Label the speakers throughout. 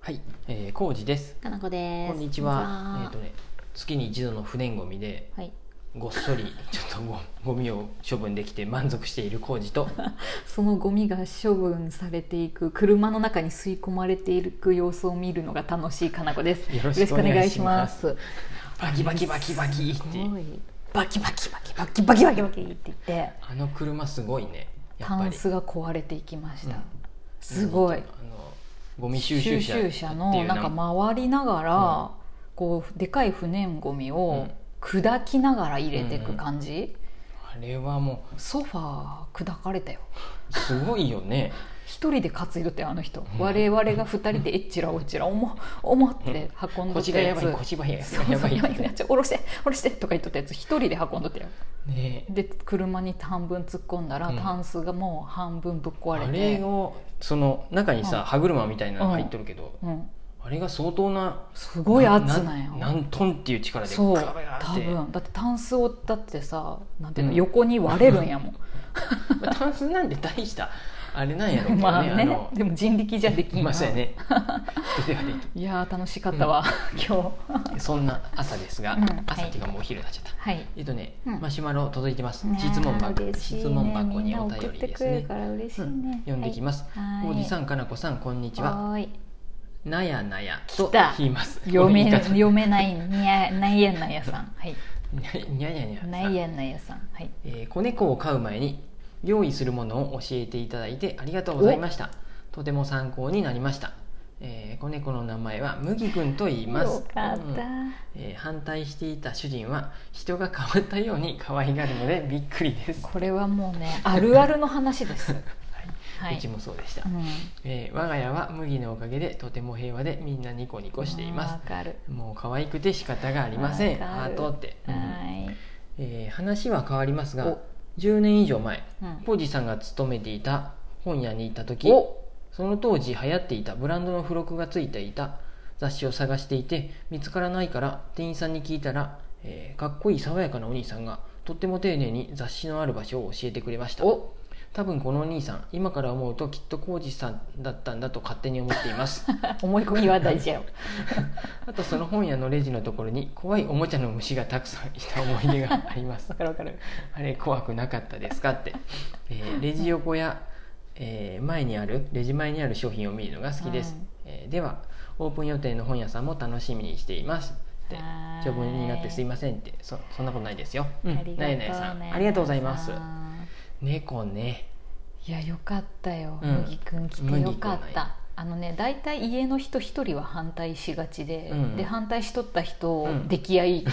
Speaker 1: はい、えー、康二です。
Speaker 2: かなこです。
Speaker 1: こんにちは。えっ、とね、月に一度の不燃ゴミで、
Speaker 2: はい。
Speaker 1: ごっそり、 ちょっとご、ゴミを処分できて満足している康二 と。
Speaker 2: そのゴミが処分されていく車の中に吸い込まれていく様子を見るのが楽しいかなこです。
Speaker 1: よろしくお願いします
Speaker 2: よろしく
Speaker 1: バキバキバキバキっ
Speaker 2: お願いします。す
Speaker 1: て
Speaker 2: ご。いバキバキバキバキバキバキバキって言って
Speaker 1: あの車すごいね。やっ
Speaker 2: タ
Speaker 1: ぱ
Speaker 2: ン
Speaker 1: り。
Speaker 2: スが壊れていきました。
Speaker 1: うん
Speaker 2: すごい
Speaker 1: あ。の、ゴミ収集車っていう。
Speaker 2: のなんか回りながら、こうでかい不燃ゴミを砕きながら入れていく感じ。
Speaker 1: あれはも
Speaker 2: ソファー砕かれたよ。
Speaker 1: う、すごいよ ね。
Speaker 2: 一人で担いどってあの人、
Speaker 1: うん
Speaker 2: 我々が二人でえっちらおちらおも思って運んどっ
Speaker 1: 腰
Speaker 2: た
Speaker 1: がや
Speaker 2: や
Speaker 1: ば
Speaker 2: つ、
Speaker 1: い、腰がやばい。
Speaker 2: そうそ
Speaker 1: や
Speaker 2: うやば
Speaker 1: ば
Speaker 2: い
Speaker 1: い
Speaker 2: やばいやばいおろしておろしてとか言っとったやつ一人で運んどったよ
Speaker 1: ねえ。
Speaker 2: で車に半分突っ込んだら、
Speaker 1: うん
Speaker 2: タンスがもう半分ぶっ
Speaker 1: あ
Speaker 2: 壊れ
Speaker 1: れ
Speaker 2: て
Speaker 1: を、その、中に
Speaker 2: うん
Speaker 1: さ、歯車みたいなの入っとるけど。
Speaker 2: うん、
Speaker 1: あれが相当な。
Speaker 2: すごい圧なんよ
Speaker 1: な何トンっていう力で
Speaker 2: そう
Speaker 1: ガラガラ
Speaker 2: 多
Speaker 1: って
Speaker 2: 分だってタンスをだってさなんていうの、
Speaker 1: うん
Speaker 2: 横に割れるんやもん
Speaker 1: まあタンスなんで大したあれなんやろうけどね
Speaker 2: まあね
Speaker 1: あの
Speaker 2: でも人力じゃできん
Speaker 1: い
Speaker 2: な
Speaker 1: ましたよ ね人ではで
Speaker 2: いやー楽しかったわ、 今日
Speaker 1: きんそんな朝ですが、
Speaker 2: うん
Speaker 1: 朝
Speaker 2: はい
Speaker 1: っていうかもうお昼になっちゃった、
Speaker 2: はい
Speaker 1: えっとね、
Speaker 2: うん
Speaker 1: マシュマロ届いてます、
Speaker 2: ねえ
Speaker 1: 質問箱、
Speaker 2: 嬉しいね
Speaker 1: 質問箱にお便りです
Speaker 2: みんな送ってくれ
Speaker 1: ね
Speaker 2: るから嬉しいね、
Speaker 1: うん読んでいきます、
Speaker 2: はい
Speaker 1: おじさんかなこさんこんにちは
Speaker 2: はーい
Speaker 1: なやなやと
Speaker 2: 来た
Speaker 1: 言います
Speaker 2: 読
Speaker 1: こ
Speaker 2: め
Speaker 1: の言い方
Speaker 2: 読めないにやないやんなやさ んはい
Speaker 1: にゃにゃにゃにゃ
Speaker 2: ないやんなやさんはい
Speaker 1: えー子猫を飼う前に用意するものを教えていただいてありがとうございましたとても参考になりました、えー子猫の名前は麦くんと言います
Speaker 2: よかった、
Speaker 1: うんえー反対していた主人は人が変わったように可愛がるのでびっくりです、
Speaker 2: これはもうねあるあるの話ですは
Speaker 1: はい、
Speaker 2: いう
Speaker 1: ちもそうでした、
Speaker 2: うん
Speaker 1: えー我が家は麦のおかげでとても平和でみんなニコニコしています
Speaker 2: わかる
Speaker 1: もう可愛くて仕方がありません
Speaker 2: わか
Speaker 1: ハ
Speaker 2: る
Speaker 1: ートって、うん
Speaker 2: は
Speaker 1: えー話は変わりますが
Speaker 2: お
Speaker 1: 10年以上前
Speaker 2: い、うん
Speaker 1: ポジさんが勤めていた本屋に行った時
Speaker 2: お
Speaker 1: その当時流行っていたブランドの付録がついていた雑誌を探していて見つからないから店員さんに聞いたら、えーかっこいい爽やかなお兄さんがとっても丁寧に雑誌のある場所を教えてくれました
Speaker 2: お
Speaker 1: 多分このお兄さん今から思うときっと浩二さんだったんだと勝手に思っています
Speaker 2: 思い込みは 大事やよ
Speaker 1: あとその本屋のレジのところに怖いおもちゃの虫がたくさんいた思い出があります
Speaker 2: わかるわかる
Speaker 1: あれ怖くなかったですかって、えーレジ横や、えー前にあるレジ前にある商品を見るのが好きです、
Speaker 2: うん
Speaker 1: えーではオープン予定の本屋さんも楽しみにしていますって
Speaker 2: はーい
Speaker 1: 長文になってすいませんってそそんなことないですよ、うん、
Speaker 2: ありが
Speaker 1: な
Speaker 2: と
Speaker 1: え
Speaker 2: う
Speaker 1: なえさん
Speaker 2: ね
Speaker 1: ありがとうございます
Speaker 2: さん
Speaker 1: 猫ね
Speaker 2: いやよかったよ、
Speaker 1: うん
Speaker 2: 麦くん来てよか
Speaker 1: 麦
Speaker 2: っ
Speaker 1: くんはい
Speaker 2: たあのね大体家の人一人は反対しがちで、
Speaker 1: うん
Speaker 2: で反対しとった人を
Speaker 1: うん
Speaker 2: 出来合い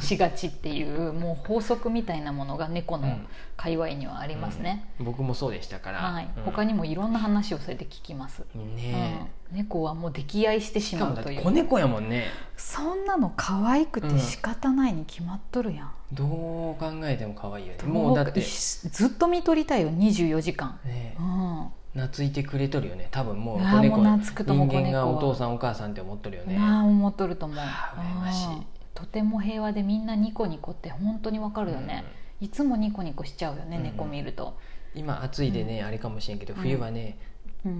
Speaker 2: し, 、がちっていうもう法則みたいなものが猫
Speaker 1: う
Speaker 2: の
Speaker 1: ん
Speaker 2: 界隈にはありますね、
Speaker 1: うん僕もそうでしたから、
Speaker 2: はい
Speaker 1: うん
Speaker 2: 他にもいろんな話をそれで聞きます、
Speaker 1: ね
Speaker 2: うん猫はもう出来合いして
Speaker 1: え
Speaker 2: し
Speaker 1: しか
Speaker 2: ま
Speaker 1: も
Speaker 2: う
Speaker 1: だっ
Speaker 2: と
Speaker 1: て
Speaker 2: い
Speaker 1: 子
Speaker 2: う
Speaker 1: 猫やもんね
Speaker 2: そんなの可愛くて仕方ないに決まっとるやん、
Speaker 1: どう考えても可愛いよねもうだって、
Speaker 2: 一緒ずっと見とりたいよ24時間、
Speaker 1: ねえ
Speaker 2: うん
Speaker 1: 懐いてくれとるよね多分もう
Speaker 2: うわー
Speaker 1: 子猫
Speaker 2: もう懐くとも
Speaker 1: 人間が
Speaker 2: 子猫
Speaker 1: お父
Speaker 2: は
Speaker 1: さんお母さんって思っとるよね
Speaker 2: なあ思っとると思う、
Speaker 1: ああ羨ましい
Speaker 2: うんとても平和でみんなニコニコって本当にわかるよね、いつもニコニコしちゃうよね、
Speaker 1: うん
Speaker 2: 猫見ると、
Speaker 1: うん今暑いでね、あれかもしれんけど
Speaker 2: うん
Speaker 1: 冬はね、
Speaker 2: うん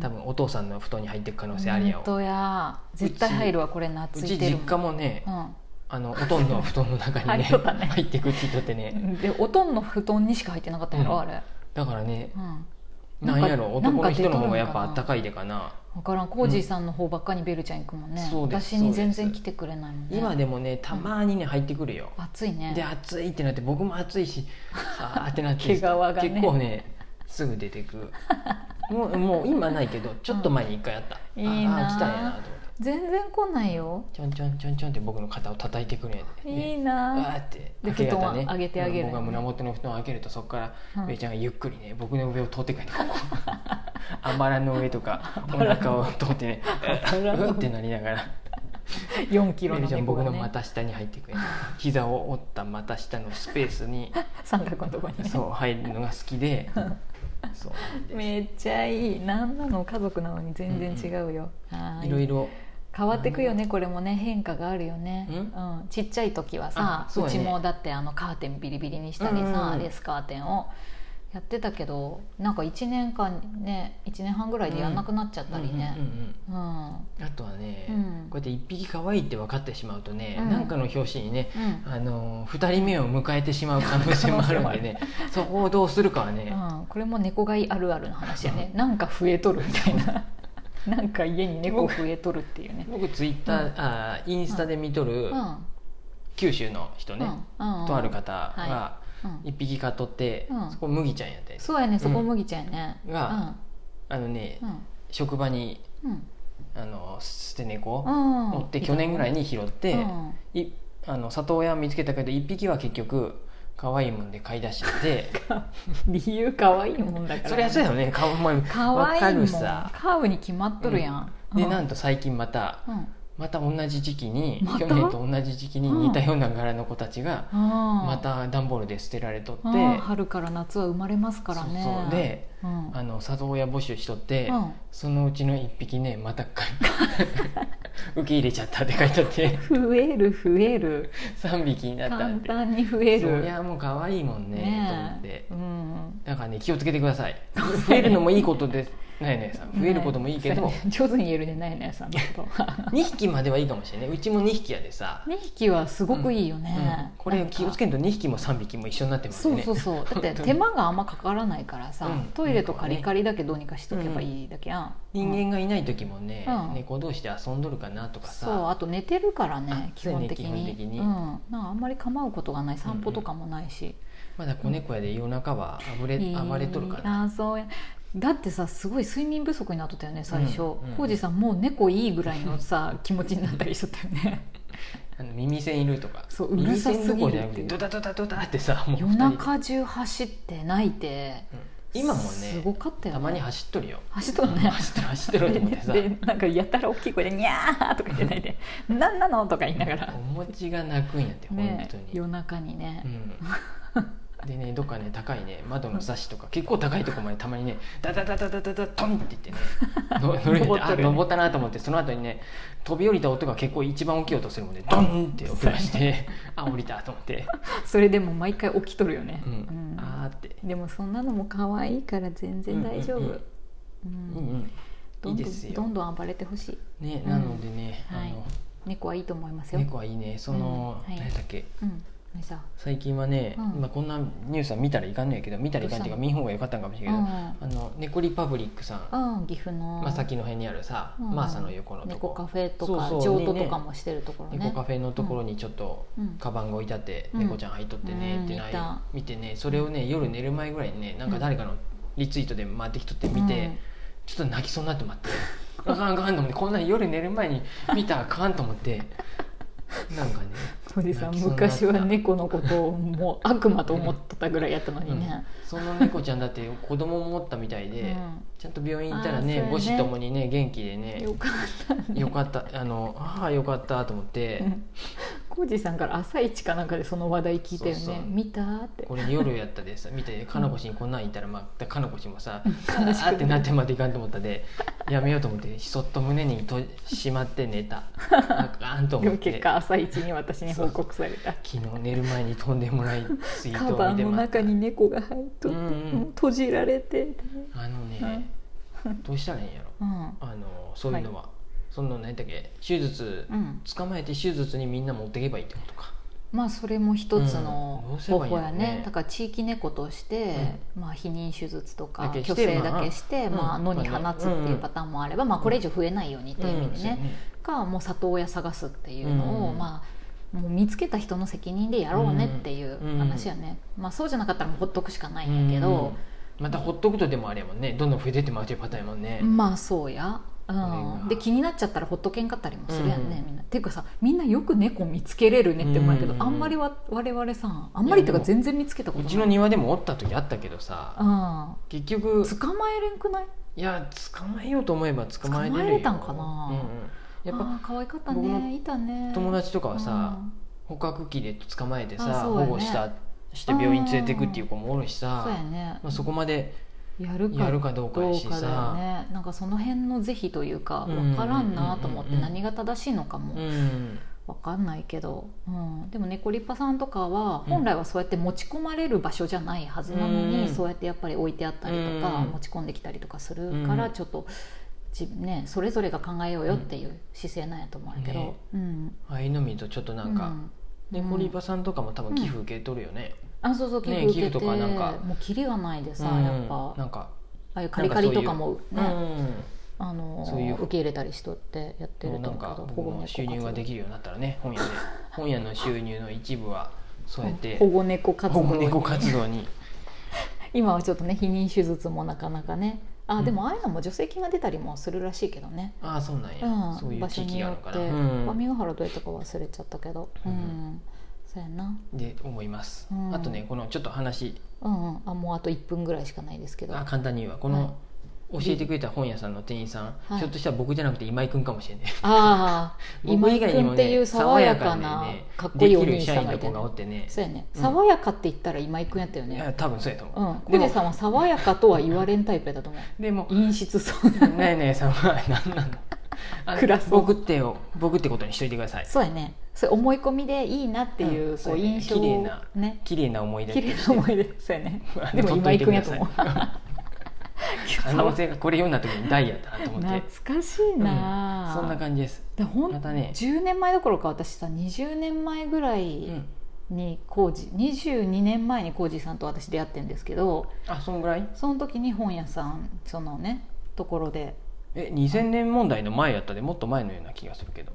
Speaker 1: 多分お父さんの布団に入っていく可能性ありや
Speaker 2: 本
Speaker 1: わ
Speaker 2: 当や絶対入るわこれ
Speaker 1: う
Speaker 2: 懐
Speaker 1: ち
Speaker 2: いてる
Speaker 1: 実家も
Speaker 2: もん
Speaker 1: ね、あのおとんの布団の中に ね
Speaker 2: 入っとったね
Speaker 1: 入ってくって言っとって
Speaker 2: う
Speaker 1: ね
Speaker 2: ん、でおとんの布団にしか入ってなかったやろ、
Speaker 1: うん
Speaker 2: あれ、
Speaker 1: だからね
Speaker 2: うん、
Speaker 1: なんやろ
Speaker 2: なん
Speaker 1: 男
Speaker 2: か
Speaker 1: の人の方がやっぱあ
Speaker 2: なん
Speaker 1: っ
Speaker 2: か出とるんかな
Speaker 1: たかいでかな
Speaker 2: 分からんコージーさんの方ばっかにベルちゃん行くもんね、
Speaker 1: そうです
Speaker 2: 私に全然来てくれないもんね
Speaker 1: 今でもねたまにね入ってくるよ、
Speaker 2: 暑いね
Speaker 1: で暑いってなって僕も暑い しあーってなって
Speaker 2: 毛皮がね
Speaker 1: 結構ねすぐ出てくもうもう今ないけどちょっと前に一回あった、
Speaker 2: うん
Speaker 1: あー
Speaker 2: いいなー
Speaker 1: 来たんやなと思って
Speaker 2: 全然来ないよ
Speaker 1: ちょんちょんちょんちょんって僕の肩を叩いてくるんやでで
Speaker 2: いいな
Speaker 1: わ
Speaker 2: あ
Speaker 1: ーって
Speaker 2: で
Speaker 1: 明け方ね
Speaker 2: 布団を上げてあげる
Speaker 1: 僕が胸元の布団を開けるとそこか
Speaker 2: う
Speaker 1: ら
Speaker 2: ん
Speaker 1: べイちゃんがゆっくりね僕の上を通ってくるここあばらの上と かお腹を通ってねう
Speaker 2: らの上
Speaker 1: ーってなりながら
Speaker 2: 4キロ
Speaker 1: ベ
Speaker 2: の
Speaker 1: イちゃん
Speaker 2: 猫
Speaker 1: 僕
Speaker 2: が
Speaker 1: の
Speaker 2: ね
Speaker 1: 股下に入ってくる膝を折った股下のスペースに
Speaker 2: 三角のとこにね
Speaker 1: そう入るのが好きでそうなん です
Speaker 2: めっちゃいい何なの家族なのに全然違うよ、はい
Speaker 1: ろいろ
Speaker 2: 変わってくよねこれもね変化があるよね、
Speaker 1: う
Speaker 2: うんん、ちっちゃい時はさ
Speaker 1: あそう
Speaker 2: う,、
Speaker 1: やね
Speaker 2: ちもだってあのカーテンビリビリにしたり
Speaker 1: うんうんう
Speaker 2: さ
Speaker 1: ん
Speaker 2: レースカーテンをやってたけどなんか1年間ね1年半ぐらいでやんなくなっちゃったりね
Speaker 1: うんうんうん
Speaker 2: うんうん
Speaker 1: うんあとはね、
Speaker 2: うん
Speaker 1: こうやって一匹可愛いって分かってしまうとね、
Speaker 2: うん
Speaker 1: なんかの表紙にねあの2人目を迎えてしまう可能性もあるんでね そこをどうするかはね、
Speaker 2: うんこれも猫飼いあるあるの話 やねなんか増えとるみたいな なんか家に猫増えとるっていうね
Speaker 1: 僕ツイッター、
Speaker 2: うん
Speaker 1: あインスタで見とる
Speaker 2: うん
Speaker 1: 九州の人ね、
Speaker 2: うんうん
Speaker 1: とある方が
Speaker 2: はうん
Speaker 1: 1匹飼っとって、
Speaker 2: うん
Speaker 1: そこ麦ちゃんやったやつ
Speaker 2: そうやねそこ麦ちゃんやね
Speaker 1: うんがあのね、
Speaker 2: うん
Speaker 1: 職場に
Speaker 2: うん
Speaker 1: あの捨て猫
Speaker 2: うん
Speaker 1: 持って去年ぐらい
Speaker 2: に
Speaker 1: に拾って、いあの里親見つけたけど1匹は結局可愛いもんで飼い出して
Speaker 2: 理由可愛いもんだからね
Speaker 1: そりゃそうやよね顔も
Speaker 2: 可
Speaker 1: わか
Speaker 2: 愛いも
Speaker 1: る
Speaker 2: ん
Speaker 1: さ
Speaker 2: カーブに決まっとるやん
Speaker 1: でなんんと最近また
Speaker 2: うん
Speaker 1: また同じ時期に、
Speaker 2: また
Speaker 1: 去年と同じ時期に似たような柄の子たちが、ま
Speaker 2: ま
Speaker 1: た段ボールで捨てられとって、
Speaker 2: 春から夏は生まれますからね
Speaker 1: そうそうで
Speaker 2: うん
Speaker 1: あの里親募集しとって、
Speaker 2: うん
Speaker 1: そのうちの1匹ねまたか 受け入れちゃったって書いてあって
Speaker 2: 増える増える
Speaker 1: 3匹になった
Speaker 2: 簡
Speaker 1: って
Speaker 2: 単に増え
Speaker 1: そ
Speaker 2: る
Speaker 1: りゃもう可愛いもんねと思っ
Speaker 2: え
Speaker 1: て
Speaker 2: うん
Speaker 1: だからね気をつけてください増えるのもいいことです ないねさん増えることもいいけど、
Speaker 2: ねえ上手に言えるねないねさんのこと
Speaker 1: 2匹まではいいかもしれないうちも2匹やでさ、
Speaker 2: 2匹はすごくいいよ
Speaker 1: うん
Speaker 2: ね、
Speaker 1: これ気をつけると2匹も3匹も一緒になってます
Speaker 2: そ
Speaker 1: ね
Speaker 2: うそ うそうだって
Speaker 1: 本当に
Speaker 2: 手間があんまかからないからさ、
Speaker 1: うん
Speaker 2: トイレとカリカリだけどうにかしとけばいいだけやん、
Speaker 1: 人間がいない時もね、
Speaker 2: うん
Speaker 1: 猫同士で遊んどるかなとか
Speaker 2: そう
Speaker 1: さ、
Speaker 2: あと寝てるからね
Speaker 1: あ
Speaker 2: 基本的に
Speaker 1: そうやね基本的に
Speaker 2: うん、なんかあんまり構うことがない散歩とかもないし、
Speaker 1: まだ子猫やで夜中は暴れ,、
Speaker 2: いい
Speaker 1: 暴れとるからな
Speaker 2: あそうやだってさすごい睡眠不足になっとったよね最初
Speaker 1: うんうん
Speaker 2: 浩二、さんもう猫いいぐらいのさ気持ちになったりしとった よね
Speaker 1: あの耳栓いるとか
Speaker 2: そううるさすぎるっていう
Speaker 1: 耳栓どころじゃなくてドタドタドタってさもう
Speaker 2: 夜中中走って泣いて
Speaker 1: うん今も
Speaker 2: す
Speaker 1: ね
Speaker 2: ごかったよね
Speaker 1: たまに走っとるよ
Speaker 2: 走っとるね
Speaker 1: 走ってる走ってると思ってさ
Speaker 2: ででなんかやたら大きい声で「にゃー!」とか言ってないで「なんなの?」とか言いながら
Speaker 1: お、餅が泣くんやって本
Speaker 2: ね
Speaker 1: 当、に、
Speaker 2: 夜中にね、
Speaker 1: うん、でねどっかね高いね窓の雑誌とか結構高いとこまでたまにねダダダダダダダトンって言ってね の乗るんで
Speaker 2: 登っ
Speaker 1: あ
Speaker 2: とるよね
Speaker 1: 登ったなと思ってその後にね飛び降りた音が結構一番大きい音するもんでドンって音がして あ降りたと思って、
Speaker 2: それでも毎回起きとるよね、
Speaker 1: うん
Speaker 2: うん
Speaker 1: あーって
Speaker 2: でもそんなのも可愛いから全然大丈夫、
Speaker 1: う
Speaker 2: うんん
Speaker 1: うんうんうん
Speaker 2: ど
Speaker 1: いい
Speaker 2: んどん
Speaker 1: ですよ
Speaker 2: どんどん暴れてほしい
Speaker 1: ね
Speaker 2: うん
Speaker 1: なのでね、
Speaker 2: はい
Speaker 1: あの
Speaker 2: 猫はいいと思いますよ、
Speaker 1: 猫はいいねその、
Speaker 2: うんはい
Speaker 1: 何だっけ
Speaker 2: うん、何さ
Speaker 1: 最近はね、
Speaker 2: うん
Speaker 1: 今こんなニュースは見たらいかんのやけど見たらいかんっていうか見ん方がよかったんかもしれないけど、あの猫リパブリックさん、
Speaker 2: うん、うん、岐阜の、
Speaker 1: まあ、先の辺にあるさ、
Speaker 2: うん
Speaker 1: マーサの横のと
Speaker 2: 猫カ
Speaker 1: こ
Speaker 2: フェとか
Speaker 1: そうそう
Speaker 2: 譲渡とかもしてるところね
Speaker 1: 猫カフェのところにちょっと
Speaker 2: うん
Speaker 1: カバンが置いてあって、
Speaker 2: うん
Speaker 1: 猫ちゃん入っとってねってない、
Speaker 2: うん見た
Speaker 1: 見てねそれをね夜寝る前ぐらいにねなんか誰かのリツイートで回ってきとって見て、
Speaker 2: うん
Speaker 1: ちょっと泣きそうになってまって「あかんあかん」と思ってこんなん夜寝る前に見たらあかんと思ってなんかね
Speaker 2: おじさん
Speaker 1: 泣きそうになった
Speaker 2: 昔は猫のことをもう悪魔と思ってたぐらいやったのにね、
Speaker 1: その猫ちゃんだって子供も持ったみたいで、
Speaker 2: うん
Speaker 1: ちゃんと病院行ったらね
Speaker 2: あーそうね
Speaker 1: 母子ともにね元気でね
Speaker 2: よかったね
Speaker 1: よかったあのああよかったと思って。
Speaker 2: 浩二さんから朝一かなんかでその話題聞いたよね
Speaker 1: そうそう
Speaker 2: 見たって
Speaker 1: これ夜やったでさ見てかなこしにこんなんいたらまたかなこしもさ「あ
Speaker 2: 悲しくな
Speaker 1: ー
Speaker 2: る
Speaker 1: ってなってまでいかんと思ったでやめようと思ってそっと胸にとしまって寝たあかんと
Speaker 2: で
Speaker 1: 思っ
Speaker 2: も結
Speaker 1: て
Speaker 2: 果朝一に私に報告された
Speaker 1: 昨日寝る前に飛んでもらいツイー
Speaker 2: カ
Speaker 1: トを
Speaker 2: バ
Speaker 1: 見
Speaker 2: ン
Speaker 1: て
Speaker 2: の
Speaker 1: ま
Speaker 2: 中に猫が入っとって、
Speaker 1: うんうん
Speaker 2: もう閉じられて、
Speaker 1: あのねどうしたらいいんやろ
Speaker 2: うん
Speaker 1: あのそういうのは、その何だっけ手術
Speaker 2: うん、
Speaker 1: 捕まえて手術にみんな持ってけばいいってことか
Speaker 2: まあそれも一つの
Speaker 1: うんどうすれ
Speaker 2: 方
Speaker 1: ばいいん
Speaker 2: 法
Speaker 1: だろ
Speaker 2: や
Speaker 1: う
Speaker 2: ね,、
Speaker 1: ね
Speaker 2: だから地域猫として、まあ、避妊手術とか
Speaker 1: だけして
Speaker 2: 虚勢だけして、
Speaker 1: まあ
Speaker 2: まあ
Speaker 1: うん
Speaker 2: 野に放つっていうパターンもあれば、まあ、これ以上増えないようにっていう意味でね、かもう里親探すっていうのを、
Speaker 1: うん
Speaker 2: まあ、もう見つけた人の責任でやろうねっていう話やね、まあ、そうじゃなかったらもうほっとくしかないんやけ
Speaker 1: う
Speaker 2: ど、
Speaker 1: んまたほっとくとでもあれやもんねどんどん増えてってまうというパターンやもんね、
Speaker 2: まあそうや、う
Speaker 1: これが
Speaker 2: ん、で気になっちゃったらほっとけんかったりもするやんね、
Speaker 1: うん
Speaker 2: みんな。っていうかさみんなよく猫見つけれるねって思うけど、
Speaker 1: うん
Speaker 2: あんまりわ我々さあんまりっていう
Speaker 1: いやでも
Speaker 2: か全然見つけたこ
Speaker 1: う
Speaker 2: と
Speaker 1: ち
Speaker 2: な
Speaker 1: の
Speaker 2: い。
Speaker 1: 庭でもおった時あったけどさ
Speaker 2: うん
Speaker 1: 結局
Speaker 2: 捕まえれんくない
Speaker 1: いや捕まえようと思えば捕まえれるよ
Speaker 2: 捕まえれたんかな
Speaker 1: うんうん、やっ
Speaker 2: あ
Speaker 1: ぱ
Speaker 2: ー可愛かった
Speaker 1: 僕の
Speaker 2: ねいたね
Speaker 1: 友達とかはさ
Speaker 2: うん
Speaker 1: 捕獲器で捕まえてさ、
Speaker 2: あそうや
Speaker 1: 保
Speaker 2: ね
Speaker 1: 護したして病院連れてくっていう子もおるしさ
Speaker 2: そうやね、
Speaker 1: まあ、そこまで
Speaker 2: やる
Speaker 1: や
Speaker 2: か
Speaker 1: るかどうか
Speaker 2: ど
Speaker 1: や
Speaker 2: う
Speaker 1: し
Speaker 2: かだよ
Speaker 1: さ、
Speaker 2: ねなんかその辺の是非というか
Speaker 1: うん
Speaker 2: 分からんなと思っ
Speaker 1: うんうんうんう
Speaker 2: て
Speaker 1: ん
Speaker 2: 何が正しいのか
Speaker 1: う
Speaker 2: も
Speaker 1: ん
Speaker 2: わかんないけど、うん、でも猫リッパさんとか
Speaker 1: う
Speaker 2: は
Speaker 1: ん
Speaker 2: 本来はそうやって持ち込まれる場所じゃないはずなのに、
Speaker 1: うん
Speaker 2: そうやってやっぱり置いてあったりとか、
Speaker 1: うん
Speaker 2: 持ち込んできたりとかするから、
Speaker 1: うん
Speaker 2: ちょっと自分、ね、それぞれが考えようよっていう姿勢なんやと思うけど、
Speaker 1: ね
Speaker 2: うん、
Speaker 1: ああいうの見るとちょっとなんか、
Speaker 2: うん
Speaker 1: 猫リバさんとかも多分寄付受け取るよね、
Speaker 2: あそうそう寄
Speaker 1: ね
Speaker 2: 付受け
Speaker 1: 寄付と
Speaker 2: て、
Speaker 1: かなんか
Speaker 2: もうキリがないでさ、
Speaker 1: うん
Speaker 2: やっぱ
Speaker 1: な
Speaker 2: あ
Speaker 1: んか、
Speaker 2: あいうカリカリとかもねあ
Speaker 1: そういう
Speaker 2: の受け入れたりしとってやって
Speaker 1: うん、も
Speaker 2: る
Speaker 1: う
Speaker 2: と
Speaker 1: な
Speaker 2: 思
Speaker 1: ん
Speaker 2: うけ
Speaker 1: か
Speaker 2: ど
Speaker 1: 僕も収入ができるようになったらね本屋で本屋の収入の一部はそうやって
Speaker 2: 保護猫活動
Speaker 1: 保護猫活動に
Speaker 2: 今はちょっとね避妊手術もなかなかねあ、
Speaker 1: うん
Speaker 2: でもああいうのも助成金が出たりもするらしいけどね、
Speaker 1: ああそうなんや、
Speaker 2: うん、
Speaker 1: そういう
Speaker 2: 場所
Speaker 1: 地
Speaker 2: に
Speaker 1: 域があ
Speaker 2: よ
Speaker 1: る
Speaker 2: っ
Speaker 1: か
Speaker 2: て、
Speaker 1: ら、う
Speaker 2: まあ、
Speaker 1: ん、
Speaker 2: 三ヶ原どうやったか忘れちゃったけどうん、
Speaker 1: うん
Speaker 2: そうやな
Speaker 1: で思います、
Speaker 2: うん
Speaker 1: あとねこのちょっと話
Speaker 2: うんうんあもうあと1分ぐらいしかないですけど
Speaker 1: あ簡単に言うわこの、教えてくれた本屋さんの店員さん、
Speaker 2: はい
Speaker 1: ひょっとしたら僕じゃなくて今井くんかもしれ ない
Speaker 2: ああ
Speaker 1: 僕
Speaker 2: 今
Speaker 1: 以
Speaker 2: 井
Speaker 1: 外に
Speaker 2: 君
Speaker 1: もね
Speaker 2: っていう爽やかな
Speaker 1: 爽やかにね
Speaker 2: かっこい
Speaker 1: で
Speaker 2: いお
Speaker 1: きる
Speaker 2: 兄
Speaker 1: 社
Speaker 2: さん
Speaker 1: 員
Speaker 2: が
Speaker 1: の
Speaker 2: いて
Speaker 1: 子
Speaker 2: ね
Speaker 1: がおってね
Speaker 2: そうやね
Speaker 1: うん
Speaker 2: 爽やかって言ったら今井君やったよ
Speaker 1: いや
Speaker 2: ね
Speaker 1: 多分そうやと
Speaker 2: う
Speaker 1: 思
Speaker 2: ん
Speaker 1: う、
Speaker 2: 小出さんは爽やかとは言われんタイプだ と思う
Speaker 1: でも
Speaker 2: 陰湿そうな
Speaker 1: ねえねえさんは何なのあの
Speaker 2: 暗そう
Speaker 1: 僕ってを僕ってことにしといてください
Speaker 2: そうやねそれ思い込みでいいなっていううんこ
Speaker 1: そう
Speaker 2: う
Speaker 1: やね
Speaker 2: 印象
Speaker 1: 綺麗
Speaker 2: を
Speaker 1: な
Speaker 2: ね
Speaker 1: 綺麗な思い出
Speaker 2: 綺麗な思い出そうやね
Speaker 1: あ
Speaker 2: で
Speaker 1: の
Speaker 2: も今
Speaker 1: 取っ
Speaker 2: 井
Speaker 1: といてく
Speaker 2: 君や
Speaker 1: だ
Speaker 2: と
Speaker 1: さい
Speaker 2: 思う
Speaker 1: 可能性がこれ読んだ時に大やったなと思って
Speaker 2: 懐かしいな、
Speaker 1: そんな感じです
Speaker 2: でほん
Speaker 1: またね
Speaker 2: 10年前どころか私さ20年前ぐら
Speaker 1: う
Speaker 2: い
Speaker 1: ん
Speaker 2: に浩二22年前に浩二さんと私出会ってんですけど
Speaker 1: あそんぐらい
Speaker 2: その時に本屋さんそのねところで
Speaker 1: え2000年問題の前やったでもっと前のような気がするけど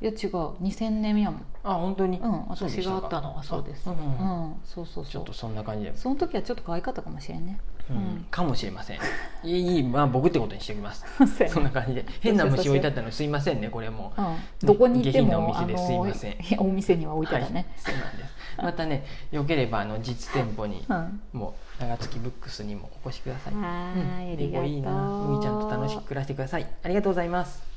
Speaker 2: いや違う2000年やもん
Speaker 1: あ本当に
Speaker 2: うん
Speaker 1: そうで
Speaker 2: 私
Speaker 1: した
Speaker 2: が
Speaker 1: か
Speaker 2: 会ったのはそうです
Speaker 1: あ
Speaker 2: うん
Speaker 1: んうん
Speaker 2: そうそう
Speaker 1: ち
Speaker 2: そ
Speaker 1: ょ
Speaker 2: う
Speaker 1: っとそんな感じで
Speaker 2: その時はちょっと可愛かったかもしれんね
Speaker 1: うん
Speaker 2: うん
Speaker 1: かもしれませんいいいいまあ僕ってことにしておきます
Speaker 2: そ うや
Speaker 1: そん
Speaker 2: ね
Speaker 1: な感じで変な虫置いてあったのすいませんねこれも
Speaker 2: うん、どこに行っても
Speaker 1: 下品なお店ですいません
Speaker 2: あのお店には置いてたね、
Speaker 1: はい、そうなんですまたねよければあの実店舗に
Speaker 2: うん
Speaker 1: もう長月ブックスにもお越しください
Speaker 2: はーい、
Speaker 1: うん
Speaker 2: ありがとう。
Speaker 1: 猫いいな海ちゃんと楽しく暮らしてくださいありがとうございます